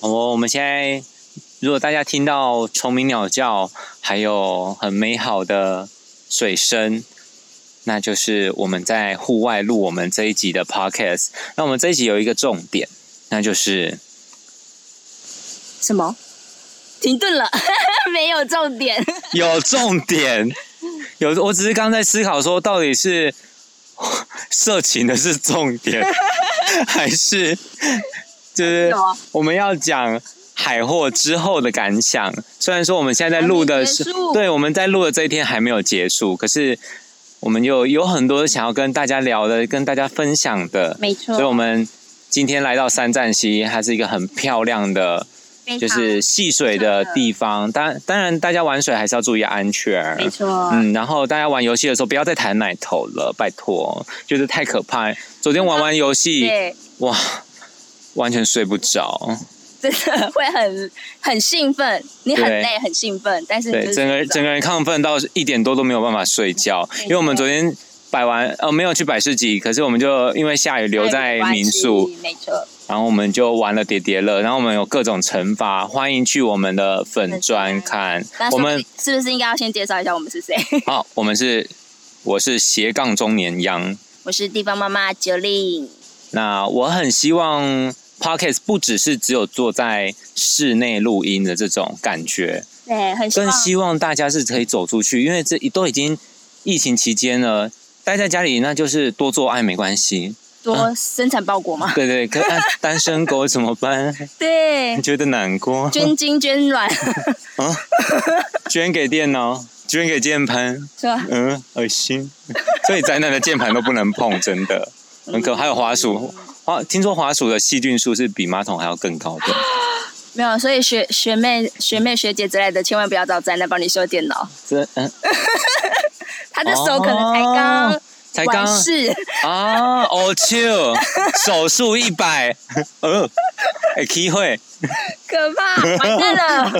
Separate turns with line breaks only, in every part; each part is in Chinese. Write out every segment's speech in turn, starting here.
哦我我们现在如果大家听到虫鸣鸟叫，还有很美好的水声，那就是我们在户外录我们这一集的 podcast。那我们这一集有一个重点，那就是
什么？停顿了， 没有重点。
有重点，有我只是刚在思考说，到底是 色情的是重 点，还是就是
什么
我们要讲海货之后的感想。虽然说我们现在在录的是
还没结，束
对，我们在录的这一天还没有结束，可是我们有有很多想要跟大家聊的，跟大家分享的，
没错
所以我们今天来到三站溪，它是一个很漂亮的。
非常
就是戏水的地方，当然当然大家玩水还是要注意安全。
没错。
嗯，然后大家玩游戏的时候不要再弹奶头了，拜托，就是太可怕。昨天玩完游戏，
对，
哇，完全睡不着，
真的会很很兴奋，你很
对
累，很兴奋，但是
对，整个整
个
个人亢奋到一点多都没有办法睡觉，因为我们昨天摆完呃没有去摆市集，可是我们就因为下雨留在民宿，，
没错，
然后我们就玩了叠叠乐，然后我们有各种惩罚，欢迎去我们的粉专看
但，是
我们
是不是应该要先介绍一下我们 是谁？
好，我们是我是斜杠中年羊。
我是地方妈妈 j o l i n
那我很希望 Podcast 不只是只有坐在室内录音的这种感觉，
对，很希
更
望
希望大家是可以走出去，因为这都已经疫情期间了，待在家里那就是多做爱没关系。
多生产包裹嘛。
对对，可、啊、单身狗怎么办？
对，
觉得难过，
捐精捐卵
捐给电脑，捐给键盘，
是吧？
嗯，恶心。 所以宅男的键盘都不能碰，真的很可。还有滑鼠，滑听说滑鼠的细菌数是比马桶还要更高的。
没有，所以学学妹、学妹、学姐之类的，千万不要找宅男帮你修电脑，
这嗯，
他的手可能才刚、
哦才刚
完 事，
啊，哦就手速一百，呃，哎、机会
可怕，完蛋 了，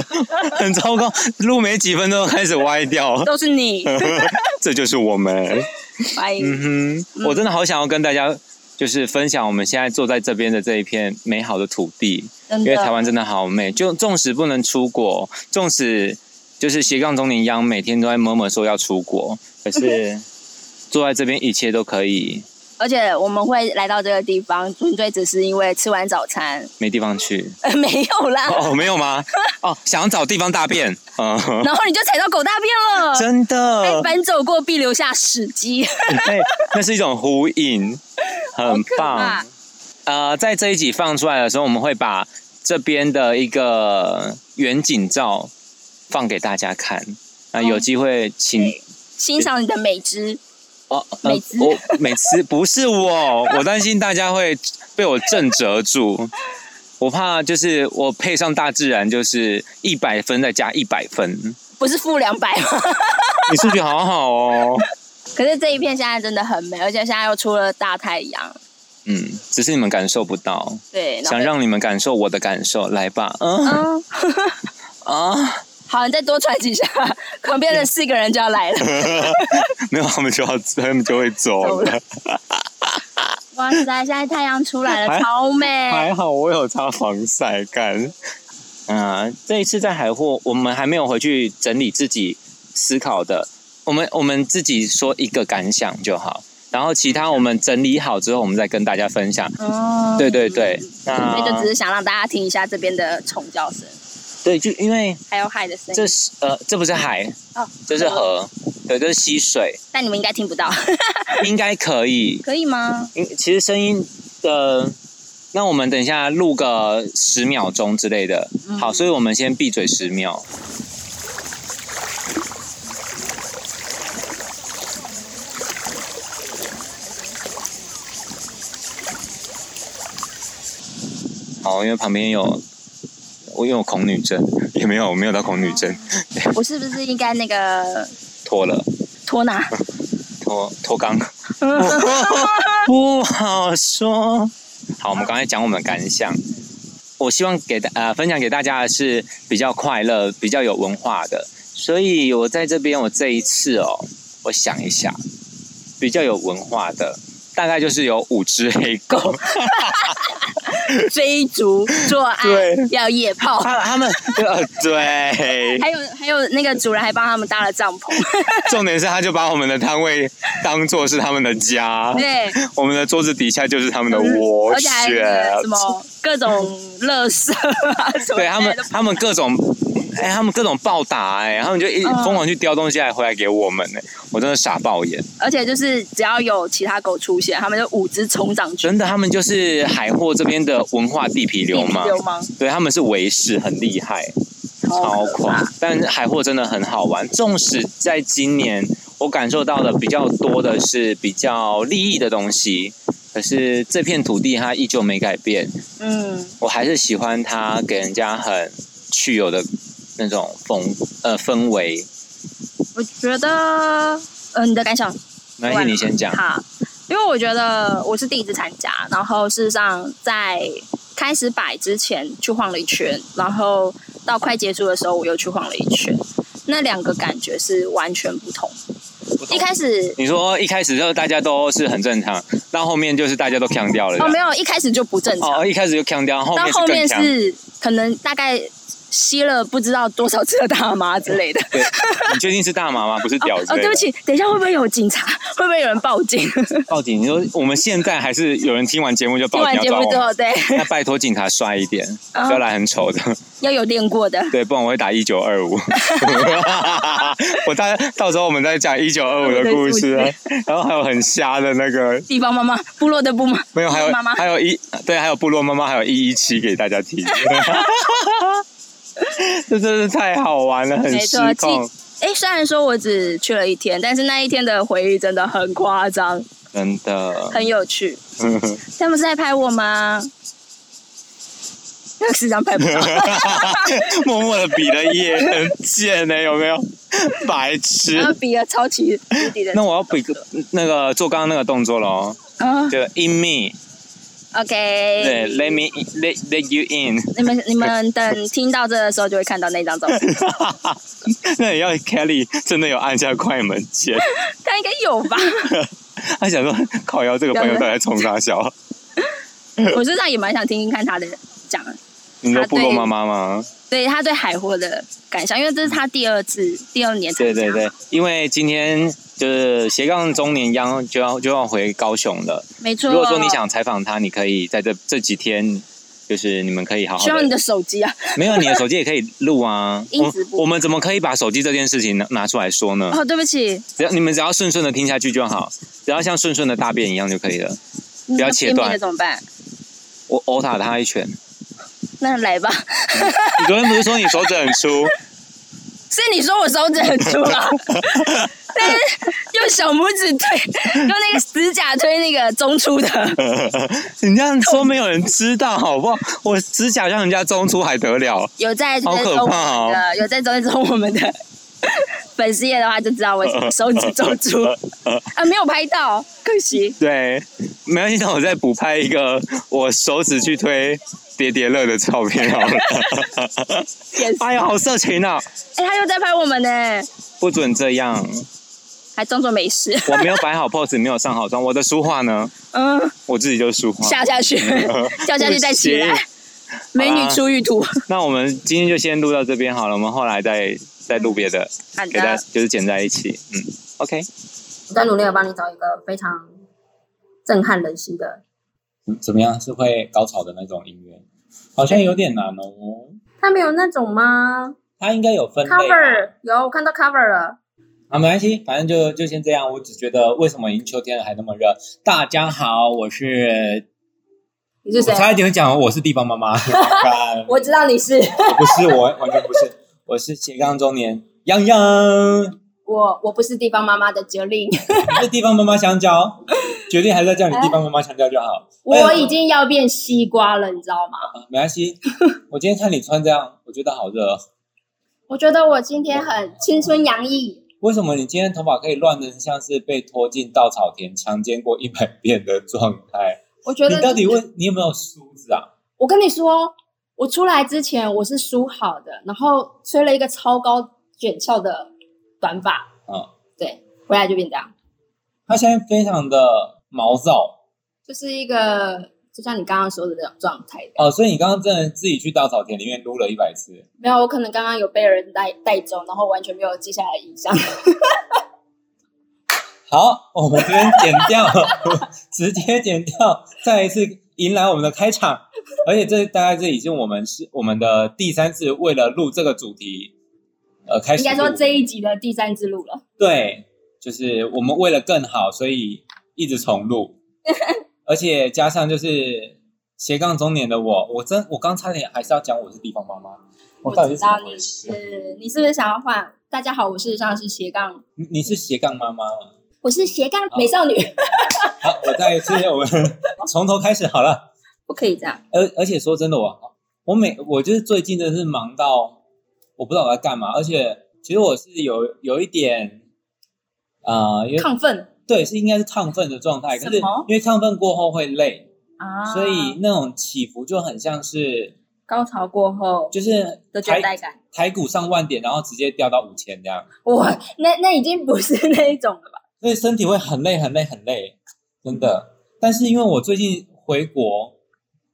很糟糕，录没几分钟开始歪掉，
都是你，
嗯这就是我们。
欢迎。
嗯哼，我真的好想要跟大家就是分享我们现在坐在这边的这一片美好的土地，
真
因
的，
为台湾真的好美。就纵使不能出国，纵使就是斜杠中年央每天都在默默说要出国，可是坐在这边一切都可以，
而且我们会来到这个地方，纯粹只是因为吃完早餐，
没地方 去。
呃，没有啦，
哦，没有吗？哦，想要找地方大便，嗯，
然后你就踩到狗大便了。
真
哎
的，
凡走过必留下史迹，
哎，那是一种呼应，很
可怕
棒。呃，在这一集放出来的时候，我们会把这边的一个远景照放给大家看。啊，有机会请
欣赏你的美姿，
哦，呃
美姿
我每次不是我，我担心大家会被我震折住，我怕就是我配上大自然就是一百分再加一百分，
不是负两百吗？
你数学好好哦。
可是这一片现在真的很美，而且现在又出了大太阳，
嗯，只是你们感受不到，
对，然后
想让你们感受我的感受，来吧，嗯
嗯，
啊，
好，你再多传几下， 旁
嗯
边的四个人就要 来了。
没有，他们就要他们就会走
走
了
了。哇塞，现在太阳出来
还
了，超
还
美。
好我有擦防晒干。 嗯，这一次在海货，我们还没有回去整理自己思考的，我们我们自己说一个感想就好，然后其他我们整理好之后，我们再跟大家分享。
哦
对对对，
所以就
那
只是想让大家听一下这边的虫叫声，
对，就因为
还有海的声音。
这是呃，这不是海，
哦，
这是河，对，这是溪水，
但你们应该听不 到，
应该可以。
可以吗？
因其实声音的，那我们等一下录个十秒钟之类的。好，所以我们先闭嘴十秒。好，因为旁边有我有恐女症，也没有我没有到恐女症，
我是不是应该那个
脱了
托拿？
脱脱肛， 不好说。好，我们刚才讲我们的感想。我希望给大呃分享给大家的是比较快乐、比较有文化的，所以我在这边我这一次哦，我想一下， 比较有文化的大概就是有五只黑狗，
追逐、做爱
对、
要夜炮，
他他们呃对，
还有还有那个主人还帮他们搭了帐篷，
重点是他就把我们的摊位当做是他们的家，
对，嗯
我们的桌子底下就是他们的窝
而且还有那个什
穴，
么各种垃圾 啊，什么
对他们
之类的
他们各种。哎、他们各种暴打哎、他们就一
嗯
疯狂去叼东西来回来给我们哎、我真的傻爆眼，
而且就是只要有其他狗出现，他们就五只冲上去，
真的，他们就是海货这边的文化地痞流哦氓，
流氓，
对，他们是维士，很厉害，
好
超
可
狂
怕。。
但海货真的很好玩，纵使在今年我感受到的比较多的是比较利益的东西，可是这片土地它依旧没改变，
嗯，
我还是喜欢它给人家很去有的那种风呃氛围。
我觉得，呃，你的感想？
没关系，你先讲。
好，因为我觉得我是第一次参加，然后事实上在开始摆之前去晃了一圈，然后到快结束的时候我又去晃了一圈，那两个感觉是完全不同。一开始哦
你说一开始就大家都是很正常，到后面就是大家都腔掉了。
哦没有，一开始就不正常，
啊哦，一开始就腔掉，后
到
面是
后面
更腔。
是可能大概吸了不知道多少次的大麻之 类的。
对，你确定是大麻吗？不是屌
哦
之
哦，
类的
对不起，等一下会不会有警察？ 会不会有人报警？
报警，你说我们现在还是有人听完节目就
听
报
完
警要
节
抓
目
我
之
们？
后，对，
那拜托警察帅一点，
啊
不要来很丑的，
要有练过的。
对，不然我会打一九二 五。我大到时候我们再讲一九二五的故事啊，然后还有很瞎的那个，
地方妈妈，部落的部妈，
没有，还有
妈妈
还有一对，还有部落妈妈，还有一一七给大家听。 这真是太好玩了，很
没
失
错
控，
哎，虽然说我只去了一天，但是那一天的回忆真的很夸张，
真的。
很有趣。他们是在拍我吗？那个实际上拍不 到。
默默的比了一眼，很贱呢、有没有？白痴
然。后比了超级无敌的
那我要比个那个做刚刚那个动作喽，
啊
就 in me，
，OK，
对，let me in- let let you in，
你们你们等听到这的时候就会看到那张照片，
那也要 Kelly 真的有按下快门键，
他应该有 吧？
他想说靠腰这个朋友到底在冲啥小？
我实际上也蛮想听听看他的讲的，
你说部落妈妈吗？
对他对海货的感想，因为这是他第二次第二年参
对
加，
对对，因为今天就是斜杠中年央就要就要回高雄了。
没错。
如果说你，想采访他，你可以在这这几天。就是你们可以好好
需要你
的，
的手机啊。
没有你的手机也可以录啊。
因此不
我我们怎么可以把手机这件事情拿拿出来说呢？
哦，对不起，
只要你们只要顺顺的听下去就好，只要像顺顺的大便一样就可以了。不要切断
那便秘了怎么办？
我殴打他一拳。
那来吧，
你昨天不是说你手指很 粗？
是你说我手指很粗啊， 但是用小拇指推，用那个指甲推那个中粗的，
你这样说没有人知道好不好？我指甲让人家中粗还得了？
有在
好
追
可
踪我
怕哦
们的，有在追踪我们的 粉丝页的话，就知道我手指中 粗啊，没有拍到，可惜。
对，没关系，那我再补拍一个我手指去推叠叠乐的照片好了。
也是
哎呀，好色情啊！
哎、他又在拍我们呢，
不准这样，
还装作没事，
我没有摆好 pose，没有上好妆，我的书画呢？
嗯，
我自己就是书画。
下下 去，掉下去再起
不
来
行。
美女
好啦
出浴图，
那我们今天就先录到这边好了，我们后来再再录别的。
好
给大
的
家，就是剪在一起。嗯，OK，
我在努力的帮你找一个非常震撼人心的
怎么样？是会高潮的那种音乐，好像有点难哦。
他没有那种吗
它应该有分类吧
？cover 有，我看到 cover 了。
啊，没关系，反正就就先这样。我只觉得为什么已经秋天了还那么热？大家好，我是，
你是谁啊
我？差一点讲我是地方妈 妈，干
我知道你是
我不是我，完全不是，我是斜杠中年洋洋，
我，我不是地方妈妈的九 令，
你是地方妈妈香蕉，决定还是要叫你地方妈妈香蕉就好。
我
哎
已经要变西瓜了，你知道吗？
啊没关系，我今天看你穿这样，我觉得好热哦。
我觉得我今天很青春洋溢，
为什么你今天头发可以乱的像是被拖进稻草田强奸过一百遍的状态？
我觉得
你到底问你有没有梳子啊？
我跟你说，我出来之前我是梳好的，然后吹了一个超高卷翘的短发，
嗯，
对，回来就变这样，
他现在非常的毛躁，
就是一个就像你刚刚说的这种状态一样。
哦，所以你刚刚真的自己去稻草田里面撸了一百次，
没有，我可能刚刚有被人带带走，然后完全没有记下来印 象。
好，我们这边剪掉， 直接剪掉，再一次迎来我们的开场。而且这大概这已经我们是我们的第三次为了录这个主题，呃，开始
应
录
该说这一集的第三支录了。
对，就是我们为了更好，所以一直重录，而且加上就是斜杠中年的我，我真我刚差点还是要讲我是地方妈妈，我哦到底
知
是怎么
道
回
你
事？
是你是不是想要换？大家好，我事实上是斜杠，
你你是斜杠妈妈吗？
我是斜杠美少女，
好，我再一次我们从头开始好了。
不可以这样。
而而且说真的，我我每我就是最近真的是忙到我不知道我在干嘛，而且其实我是有有一点，啊，有
亢奋
对是应该是亢奋的状态，可是
什么
因为亢奋过后会累，
啊
所以那种起伏就很像是
高潮过后
就是
的倦
台
怠感，
台股上万点，然后直接掉到五千这样，
哇，那那已经不是那一种了吧？
所以身体会很累很累很累，真的。但是因为我最近回国，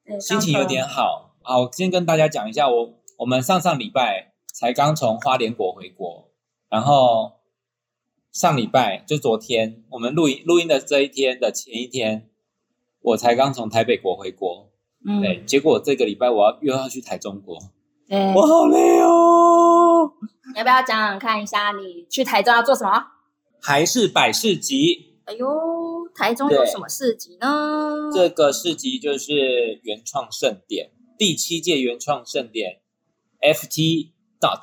对
心情有点好啊！我先跟大家讲一下，我我们上上礼拜才刚从花莲国回国，然后上礼拜就昨天，我们录音录音的这一天的前一天，我才刚从台北国回国，
嗯
对，结果这个礼拜我要又要去台中国，
对
我好累哦。
要不要讲讲看一下你去台中要做什么？
还是百事集，
哎呦，台中有
对
什么市集呢？
这个市集就是原创盛典第七届原创盛典 FT dot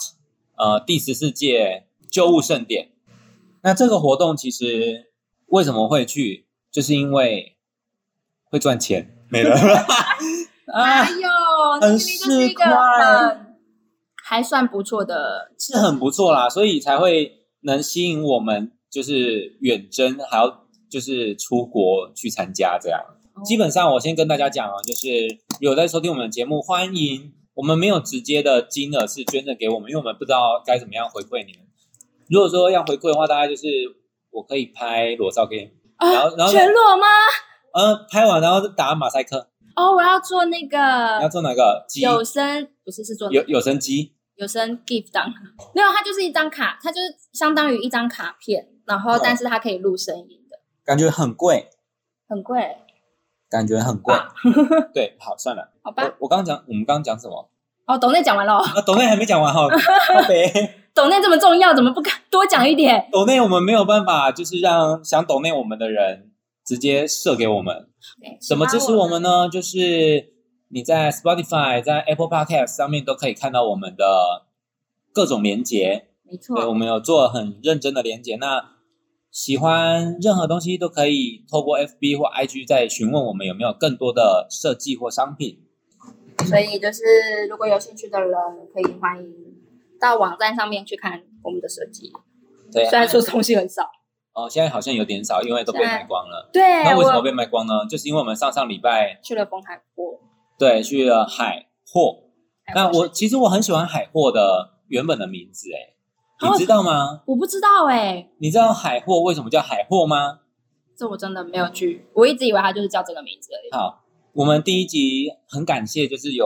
呃第十四届旧物盛典。那这个活动其实为什么会去，就是因为会赚钱，没了啊
哎，呦，那明明就是一个
很市侩欸
很还算不错的，
是很不错啦，所以才会能吸引我们就是远征，还有就是出国去参加这样。基本上，我先跟大家讲啊，就是有在收听我们的节目，欢迎。我们没有直接的金额是捐赠给我们，因为我们不知道该怎么样回馈你们。如果说要回馈的话，大概就是我可以拍裸照给你，
啊
然后然后
全裸吗？
嗯，拍完然后打马赛克。
哦，我要做那
你要
个
做哪个鸡？
啊有声，不是是做
有有声机？
有声 gift 档，没有，它就是一张卡，它就是相当于一张卡片，然后
嗯
但是它可以录声音的，
感觉很贵，
很贵，
感觉很 贵。对，好，算了。
好吧
我？我刚刚讲，我们刚刚讲什么？
哦，董内讲完了，
啊，董内还没讲 完哈，靠北。
董内这么重要，怎么不敢多讲一点？
董内我们没有办法，就是让想董内我们的人直接射给我们。怎么支持我们呢？就是你在 Spotify、在 Apple Podcast 上面都可以看到我们的各种连接，
没
对，我
错，
们有做很认真的连接。那喜欢任何东西都可以透过 FB 或 IG 再询问我们有没有更多的设计或商品。
所以就是如果有兴趣的人，可以欢迎到网站上面去看我们的设计。
对，啊
虽然说东西很少，
哦，现在好像有点少，因为都被
现在
卖光了。
对
那为什么
我
被卖光呢？就是因为我们上上礼拜
去了丰海坡。
对去了海货。
还有
那我
是
其实我很喜欢海货的原本的名字，哎，
哦
你知道吗？
我不知道哎、
你知道海货为什么叫海货吗？
这我真的没有去，我一直以为它就是叫这个名字而已。
好，我们第一集很感谢，就是有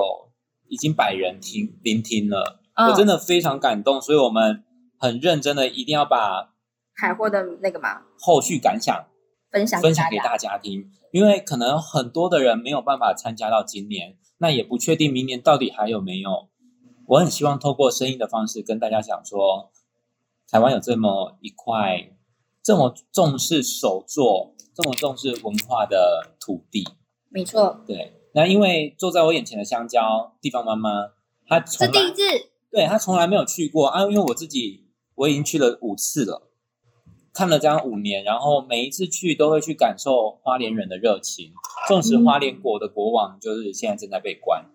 已经百人听聆听了，
嗯、
我真
的
的非常感动，所以我们很认真的一定要把
海货的那个嘛，
后续感想
分享
分享给
大家。
大家听，因为可能很多的人没有办法参加到今年，那也不确定明年到底还有没有。我很希望透过声音的方式跟大家讲说，台湾有这么一块这么重视手作、这么重视文化的土地。
没错，
对，那因为坐在我眼前的香蕉地方妈妈，她
这
从
第一
来
次
对她从来没有去过啊，因为我自己我已经去了五次了，看了这样五年，然后每一次去都会去感受花莲人的热情，纵
嗯
使花莲国的国王就是现在正在被关。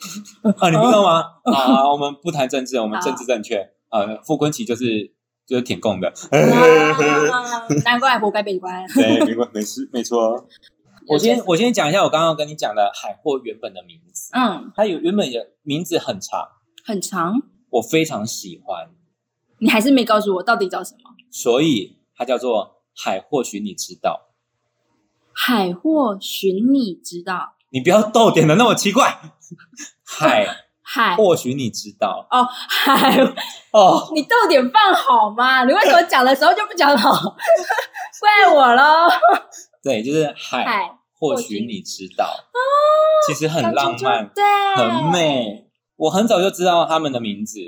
啊，你不知道 吗？
哦
啊，我们不谈政治，我们政治正确。呃，傅昆奇就是就是舔共的，
哇，难怪活该被啊关。
对，没关没事，没错。哦我先我先讲一下我刚刚跟你讲的海货原本的名字。
嗯，
它有原本也名字很长，
很长，
我非常喜欢，
你还是没告诉我到底叫什么。
所以它叫做海。或许你知道，
海货寻你知道，
你不要逗点的那么奇怪。嗨，
嗨
或许你知道
哦嗨，
哦，
你逗点放好吗？你为什么讲的时候就不讲 好？怪我喽！
对，就是嗨，
嗨，
或
或许哦
许你知道，其实很
感觉
浪
哎就
漫，
对，
很美。我很早就知道他们的名字，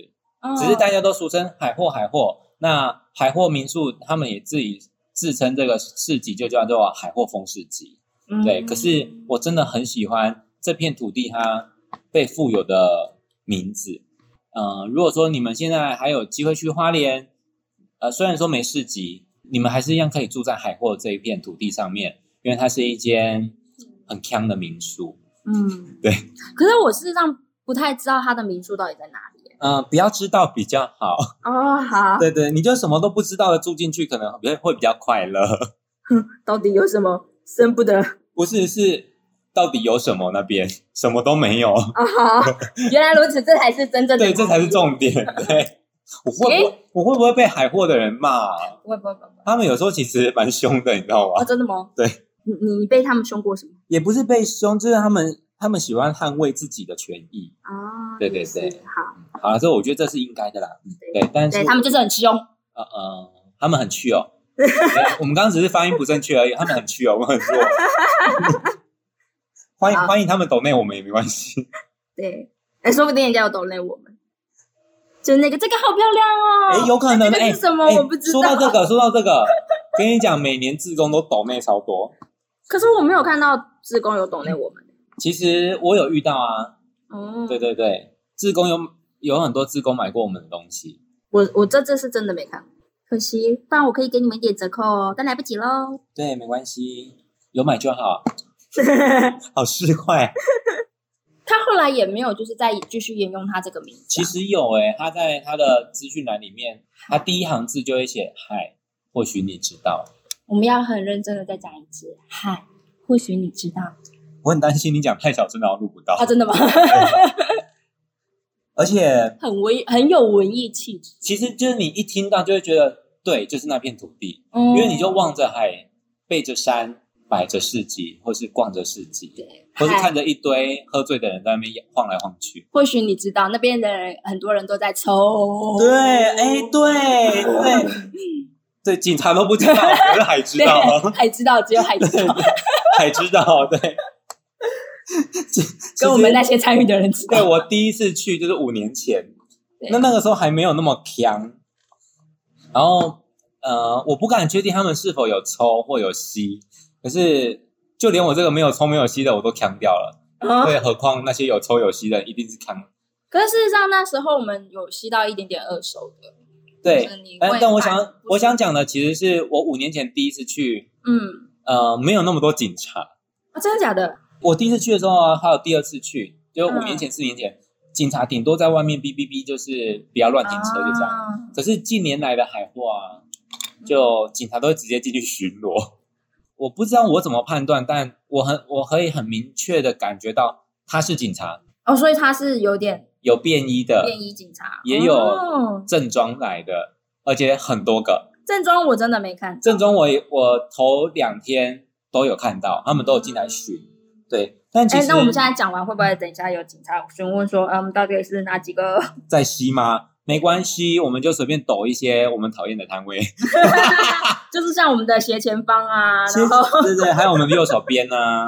嗯，
只是大家都俗称海货海货。那海货民宿他们也自己自称这个市集就叫做海货风市集。对，
嗯
可是我真的很喜欢这片土地它被富有的名字。嗯、如果说你们现在还有机会去花莲，呃，虽然说没市集，你们还是一样可以住在海货这一片土地上面，因为它是一间很强的民宿。
嗯，
对。
可是我事实上不太知道他的民宿到底在哪里。
嗯、不要知道比较好。
哦，好，
对对，你就什么都不知道的住进去，可能会会比较快乐。
到底有什么深不得？哦
不是，是到底有什么那边什么都没有。
啊哈，原来如此，这才是真正的。
对，这才是重点。对，我会不会我会不会被海货的人骂？啊
不会不会不会不会，
他们有时候其实蛮凶的，你知道
哦，
吗？
真的吗？
对
你，你你被他们凶过什么
也不是被凶，就是他们他们喜欢捍卫自己的权益。
啊？
对对
也是
对
好，
好了，这我觉得这是应该的啦。嗯
对
对，但是
对他们就是很凶。
呃呃，他们很去哦。对我们刚刚只是发音不正确而已，他们很去哦，我很弱。欢迎
好
欢迎他们抖内我们也没关系。
对，哎，说不定人家有懂内我们，就那个这个好漂亮哦。
哎，有可能
这个
哎，
是什么
哎
我不知道
说到这个，说到这个，跟你讲，每年志工都抖内超多。
可是我没有看到志工有懂内我们。
其实我有遇到啊，
哦，
对对对，志工有有很多志工买过我们的东西。
我我这次是真的没看，可惜，不然我可以给你们一点折扣哦，但来不及喽。
对，没关系，有买就好，好市侩。
他后来也没有就是再继续沿用他这个名字啊、
其实有诶、他在他的资讯栏里面，他第一行字就会写“嗨”，或许你知道。
我们要很认真的再讲一次，嗨，或许你知道
我很担心你讲太小声，然后录不到
啊，。真的吗？
而且，
很文很有文艺气质，
其实就是你一听到就会觉得，对，就是那片土地，
因
因为你就望着海，背着山，摆着市集，或是逛着市集，或是看着一堆喝醉的人在那边晃来晃去。
嗯或许你知道那边的人很多人都在抽，
对，哎，对 对对，警察都不知道，可是海知
对，
道，
还知道只有海知道，
海知道，对。
跟我们
其
那
实
些参与的人知
对
道。
我第一次去就是五年前
对，
那那个时候还没有那么强，然后呃，我不敢确定他们是否有抽或有吸，可是就连我这个没有抽没有吸的我都强掉了，
啊
对，何况那些有抽有吸的一定是强。
可是事实上那时候我们有吸到一点点二手的，
对
就是你，
但
会
但我
买
想
不
我
是
想讲的其实是我五年前第一次去，
嗯，
呃，没有那么多警察。
啊，真的假的？
我第一次去的时候啊，还有第二次去，就五
嗯
年前、四年前，警察顶多在外面哔哔哔，就是不要乱停车，就这样。
啊
可是近年来的海货啊，就警察都会直接进去巡逻。我不知道我怎么判断，但我很我可以很明确的感觉到他是警察，
哦，所以他是有点
有便衣的，
便衣警察，
呃也有
哦
正装来的，而且很多个。
正装，我真的没看。哎
正中我也我头两天都有看到，他们都有进来巡。对，但其
哎
实，
那我们现在讲完，会不会等一下有警察询问说，嗯，到底是哪几个？
在吸吗？没关系，我们就随便抖一些我们讨厌的摊位，
就是像我们的斜前方 啊，
其实
然后
对对，还有我们的右手边啊，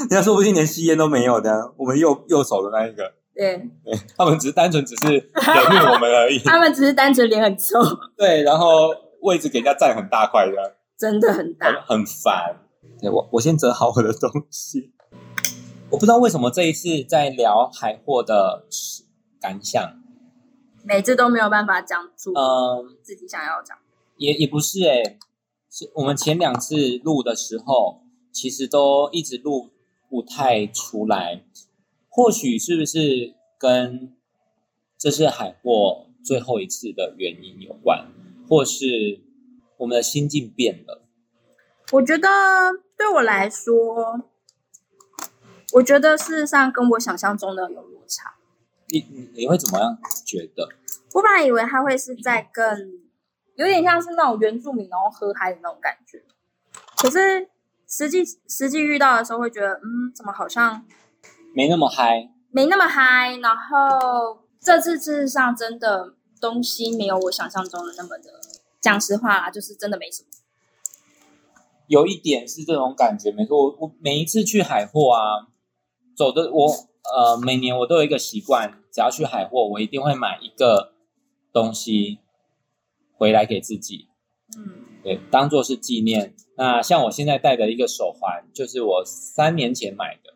人家说不定连吸烟都没有的，我们右右手的那一个，
对，
对他们只是单纯只是惹怒我们 而已。
他们只是单纯脸很臭，
对，然后位置给人家占很大块的，
真的很
很
大。
很烦。对我，我先折好我的东西。我不知道为什么这一次在聊海货的感想，
每次都没有办法讲出
嗯，
自己想要讲。
也也不是哎、是我们前两次录的时候，其实都一直录不太出来，或许是不是跟这是海货最后一次的原因有关，或是我们的心境变了。
我觉得对我来说，我觉得事实上跟我想象中的有落差。
你你你会怎么样觉得？
我本来以为他会是在更有点像是那种原住民然后喝嗨的那种感觉，可是实际实际遇到的时候会觉得，嗯，怎么好像
没那么嗨。
没那么嗨？然后这次事实上真的东西没有我想象中的那么的，讲实话啦，就是真的没什么。
有一点是这种感觉，没错。我我每一次去海货啊，走的我呃，每年我都有一个习惯，只要去海货，我一定会买一个东西回来给自己，
嗯，
对，当做是纪念。那像我现在戴的一个手环，就是我三年前买的，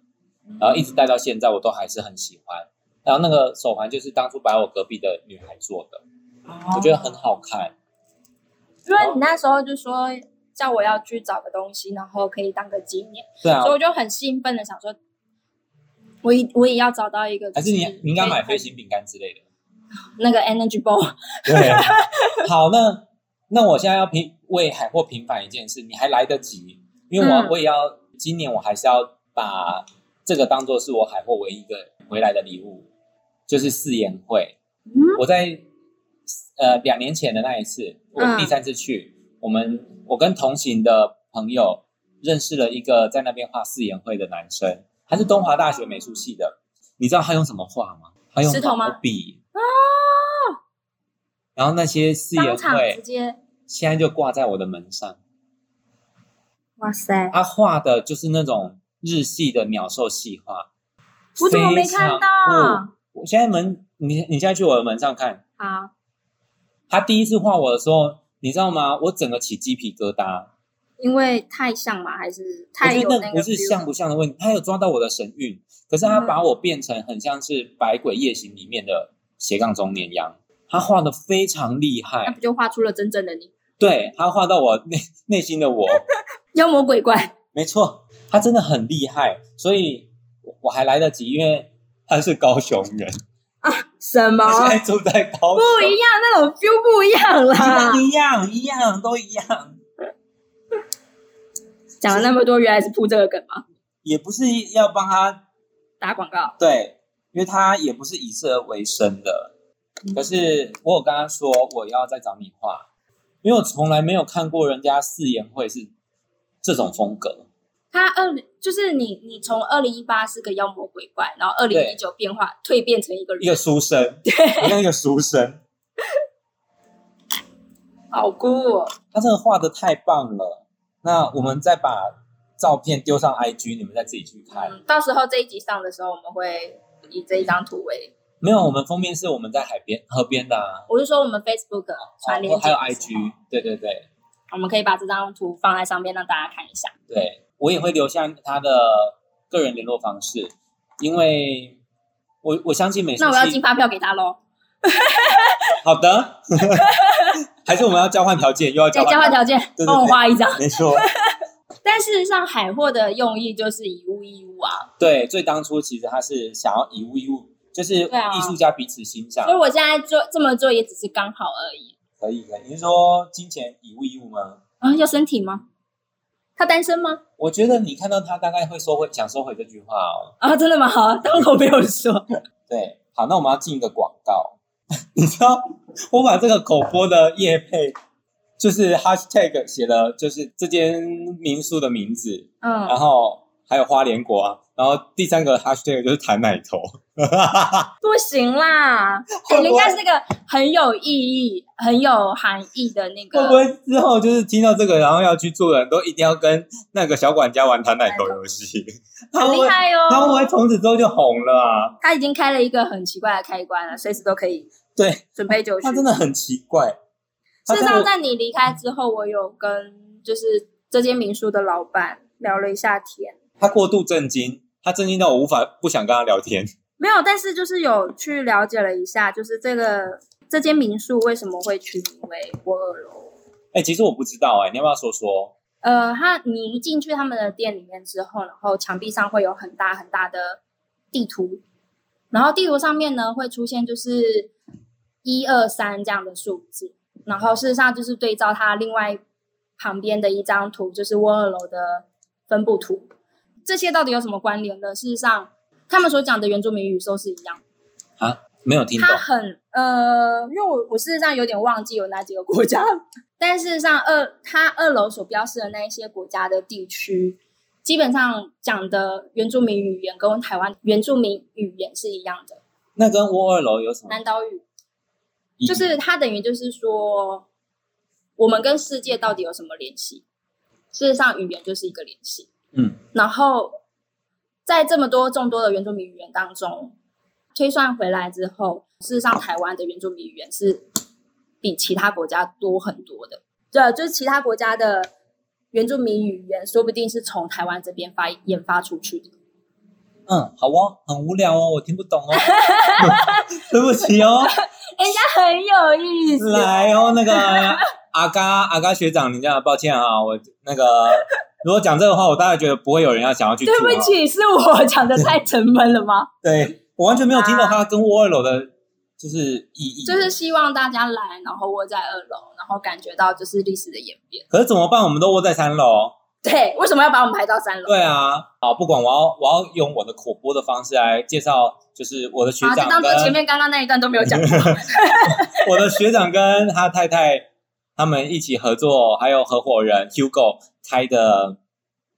然后一直戴到现在，我都还是很喜欢。然后那个手环就是当初把我隔壁的女孩做的，我觉得很好看。
因为你那时候就说叫我要去找个东西，然后可以当个纪念，
对啊
所以，我就很兴奋的想说，我也我也要找到一个，
还是你你应该买
飞
飞行饼干之类的。
那个 energy ball，
对，啊 好，那那我现在要平为海货平反一件事，你还来得及，因为我、
嗯
我也要今年我还是要把这个当做是我海货唯一一个回来的礼物，就是四言会。
嗯
我在呃两年前的那一次，我
嗯
第三次去，我们我跟同行的朋友认识了一个在那边画四言会的男生，他是东华大学美术系的，你知道他用什么画吗？他用
石头吗
毛笔然后那些四言
当场
会
直接，
现在就挂在我的门上。
哇塞，
他画的就是那种日系的鸟兽细画，
我怎么没
非
看
常
到？
酷我现在门，你你现在去我的门上看，
好，
他第一次画我的时候，你知道吗？我整个起鸡皮疙瘩。
因为太像嘛，还是
我
太
觉
有
得
个
那不是
feel
像不像的问题，他有抓到我的神韵，可是他
嗯
把我变成很像是《百鬼夜行》里面的斜杠中年羊，他画的非常厉
那
害
不，就画出了真正的你，
对他画到我内内心的我。
妖魔鬼 怪。
没错，他真的很厉害，所以我我还来得及，因为他是高雄人，
什么
他现在住在高雄，
哦不一样？啊那种 feel 不一样 啦。
一样一样都一样，
讲了那么多，原来是铺这个梗嘛？
也不是要帮他
打广告。
对，因为他也不是以这为生的。
嗯
可是我有跟他说我要再找你画，因为我从来没有看过人家四言会是这种风格，
他二就是你，你从二零一八是个妖魔鬼怪，然后二零一九变化蜕变成一个
一个
人，
书生，很像一个书生，
好酷哦！
他真的画的太棒了。那我
嗯
们再把照片丢上 IG，你们再自己去看。
嗯，到时候这一集上的时候，我们会以这一张图为，
没有，我们封面是我们在海边河边的、啊，
我是说我们 Facebook 传连接的
还有
时候
IG，对对对
我们可以把这张图放在上面让大家看一下。
对，我也会留下他的个人联络方式，因为我我相信美术
那我要
系
进发票给他喽，
好的， 还是我们要交换条件，又要
再
交
交换
换
条件
对对，
帮我画一张。
件，没错，
但事实上，海货的用意就是以物易物啊，
对，最当初其实他是想要以物易物，就是
对啊
艺术家彼此欣赏
所以，我现在做这么做也只是刚好而已
可以可以，你是说金钱以物易物吗？
啊。要身体吗？他单身吗？
我觉得你看到他大概会收回，想收回这句话哦。
啊，真的吗？好，当我没有说。
对，好，那我们要进一个广告。 你知道，我把这个口播的叶配，就是 hashtag 写了，就是这间民宿的名字，
嗯
然，后还有花莲国啊，然后第三个 hashtag 就是弹奶头。
不行啦，
会
哎
不会
人家是个很有意义、很有含义的那
会不
个。
会之后就是听到这个，然后要去做的人都一定要跟那个小管家玩弹奶头游戏？他
很
们
厉
会
害哦！
他们会从此之后就红了啊！
他已经开了一个很奇怪的开关了，随时都可以
对，
准备就绪
他。真的很奇怪。他
事实
真
上，
的
在你离开之后，我有跟就是这间民宿的老板聊了一下天，
他过度震惊，他震惊到我无法不想跟他聊天。
没有，但是就是有去了解了一下，就是这个这间民宿为什么会取名为“我二楼
哎、其实我不知道哎、你要不要说说？”。
呃，它你一进去他们的店里面之后，然后墙壁上会有很大很大的地图，然后地图上面呢会出现就是一二三这样的数字，然后事实上就是对照它另外旁边的一张图，就是我二楼的分布图。这些到底有什么关联呢？事实上，他们所讲的原住民语都是一样的。
没有听懂
它很呃，因为我我事实上有点忘记有哪几个国家，但事实上二它二楼所标示的那一些国家的地区，基本上讲的原住民语言跟台湾原住民语言是一样的，
那跟窝二楼有什么
南岛语
意义？
就是它等于就是说，我们跟世界到底有什么联系？事实上，语言就是一个联系。
嗯，
然后在这么多众多的原住民语言当中，推算回来之后，事实上台湾的原住民语言是比其他国家多很多的。对，就是其他国家的原住民语言，说不定是从台湾这边发研发出去的。
嗯，好哦，很无聊哦，我听不懂哦， 对不起哦，
很有意思，
来哦，那个阿嘎阿嘎学长，你这样抱歉啊，我那个如果讲这个话，我大概觉得不会有人要想要去 听
对
哦。
不起，是我讲的太沉闷了吗？
对我完全没有听懂他跟窝二楼的，就是意义。
啊就是希望大家来，然后窝在二楼，然后感觉到就是历史的演变。
可是怎么办？我们都窝在三楼。
对，为什么要把我们排到三楼？
对啊，好，不管我要我要用我的口播的方式来介绍，就是我的学
好，啊就
长
当做前
跟
面刚刚那一段都没有 讲过。
我的学长跟他太太他们一起合作，还有合伙人 Hugo 开的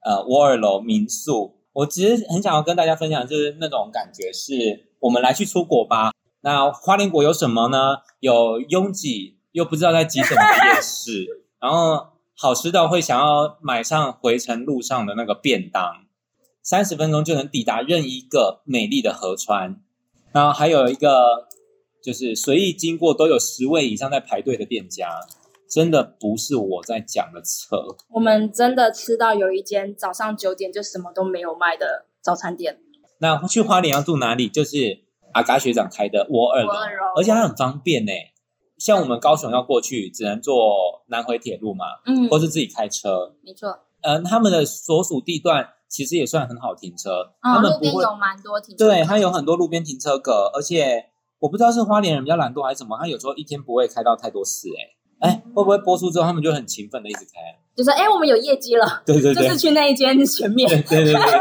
呃窝二楼民宿。我只是很想要跟大家分享，就是那种感觉是我们来去出国吧。那花莲国有什么呢？有拥挤又不知道在挤什么的夜市，然后好吃到会想要买上回程路上的那个便当，三十分钟就能抵达任一个美丽的河川。然后还有一个就是随意经过都有十位以上在排队的店家，真的不是我在讲的扯。
我们真的吃到有一间早上九点就什么都没有卖的早餐店，
那去花莲要住哪里？就是阿嘎学长开的窝二楼，
窝二楼
而且它很方便呢、像我们高雄要过去，只能坐南回铁路嘛，
嗯
或是自己开车。
没错，
嗯、他们的所属地段其实也算很好停车，他
嗯，
们
路
不
边
会
有蛮多停车
对，
场，
它有很多路边停车格，而且我不知道是花莲人比较懒惰还是什么，它有时候一天不会开到太多次、欸，哎，会不会播出之后他们就很勤奋的一直开？啊
就是哎，我们有业绩了，
对对
就
对，
是去那一间前面，
对对对对对。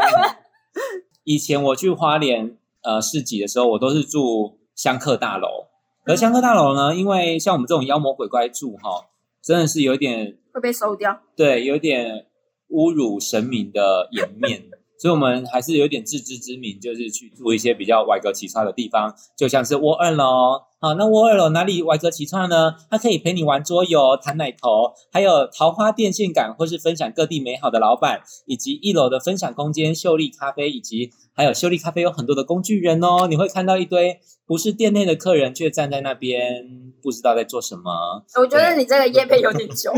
以前我去花莲呃市集的时候，我都是住香客大楼，而香客大楼呢，因为像我们这种妖魔鬼怪住哈，真的是有点
会被收掉。
对，有点侮辱神明的颜面，所以我们还是有点自知之明，就是去住一些比较歪格奇差的地方，就像是窝二楼。好，那窝二楼哪里歪格奇差呢？它可以陪你玩桌游、弹奶头，还有桃花电线杆，或是分享各地美好的老板，以及一楼的分享空间秀丽咖啡，以及还有秀丽咖啡有很多的工具人哦，你会看到一堆不是店内的客人，却站在那边不知道在做什么。
我觉得你这个业配有点久，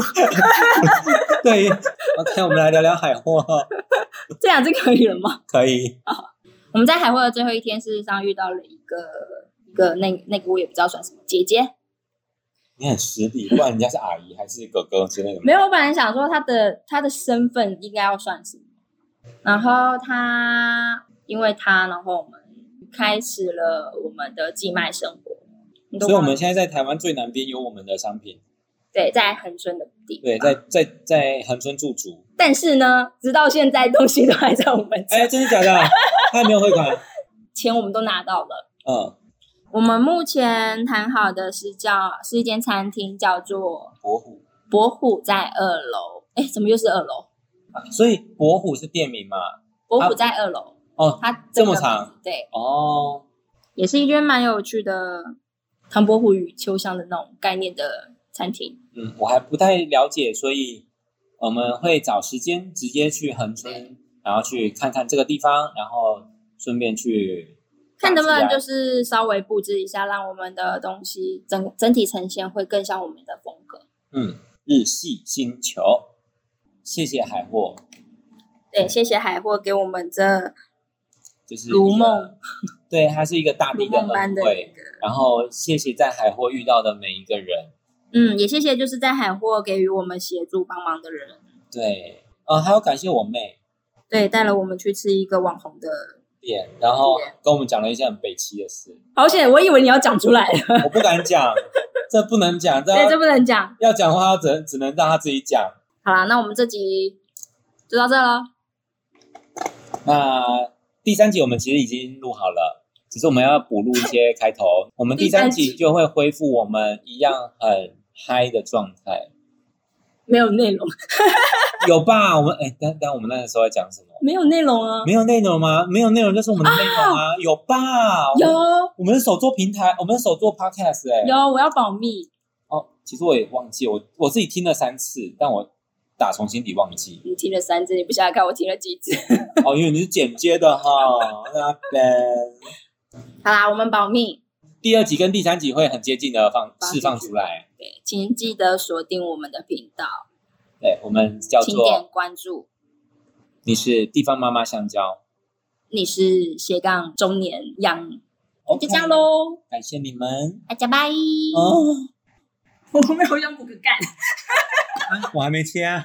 对，OK，我们来聊聊海货。
这样子可以了吗？
可以，
我们在海会的最后一天，事实上遇到了一个一个那那个我也不知道算什么姐姐，
你很实力，不然人家是阿姨还是哥哥之类的吗。
没有，我本来想说她的她的身份应该要算什么，然后她因为她，然后我们开始了我们的寄卖生活，你都
所以我
忘
们
了
现在在台湾最南边有我们的商品，
对在恒春的地
对，
方，
在在在恒春驻 足。
但是呢，直到现在东西都还在我们家，
哎，真的假的？他还没有汇款？啊
钱我们都拿到了。
嗯，
我们目前谈好的是叫是一间餐厅，叫做
博虎。
博虎在二楼。哎，怎么又是二楼？
啊所以博虎是店名嘛？
博虎在二楼，
哦
它
啊这
整个
么长
名字？对，
哦，
也是一间蛮有趣的唐伯虎与秋香的那种概念的餐厅。
嗯，我还不太了解，所以我们会找时间直接去恒春，然后去看看这个地方，然后顺便去
看能不能就是是稍微布置一下，让我们的东西整整体呈现会更像我们的风格。
嗯日系星球。谢谢海货，
对，谢谢海货给我们这
就是一个
如梦
对，它是一个大
如
地的
梦
恩
般的一
惠。
个
然后谢谢在海货遇到的每一个人。
嗯，也谢谢就是在海货给予我们协助帮忙的人，
对，呃，还要感谢我妹
对，带了我们去吃一个网红的。
店，然后
对
跟我们讲了一些很北齐的事，
好险，我以为你要讲出来了，
我不敢讲，这不能讲，这
对，这
要
不能讲。
要讲话只能只能让她自己讲。
好啦，那我们这集就到这了。
那第三集我们其实已经录好了，只是我们要补录一些开头。我们第三
第
集
三集
就会恢复我们一样很嗨的状态。
没有内容，
有吧？我们哎，等等，我们那个时候在讲什么？
没有内容啊，
没有内容吗？没有内容就是我们的内容啊，有吧？
有
我们，我们是手做平台，我们是手做 podcast 哎、
有，我要保密，
哦，其实我也忘记，我我自己听了三次，但我打从心底忘记。
你听了三次，你不想想看我听了几次？
哦，因为你是剪接的哈， 那边
好啦，我们保密，
第二集跟第三集会很接近的放
放进去
释放出来。
对，请记得锁定我们的频道，
对，我们叫
请点
做
关注。
你是地方妈妈香蕉。
你是斜杠中年羊，
OK，
就这样，嗯喽，
感谢你们。
大家拜。
哦，
我没有要补个干。
啊我还没切啊。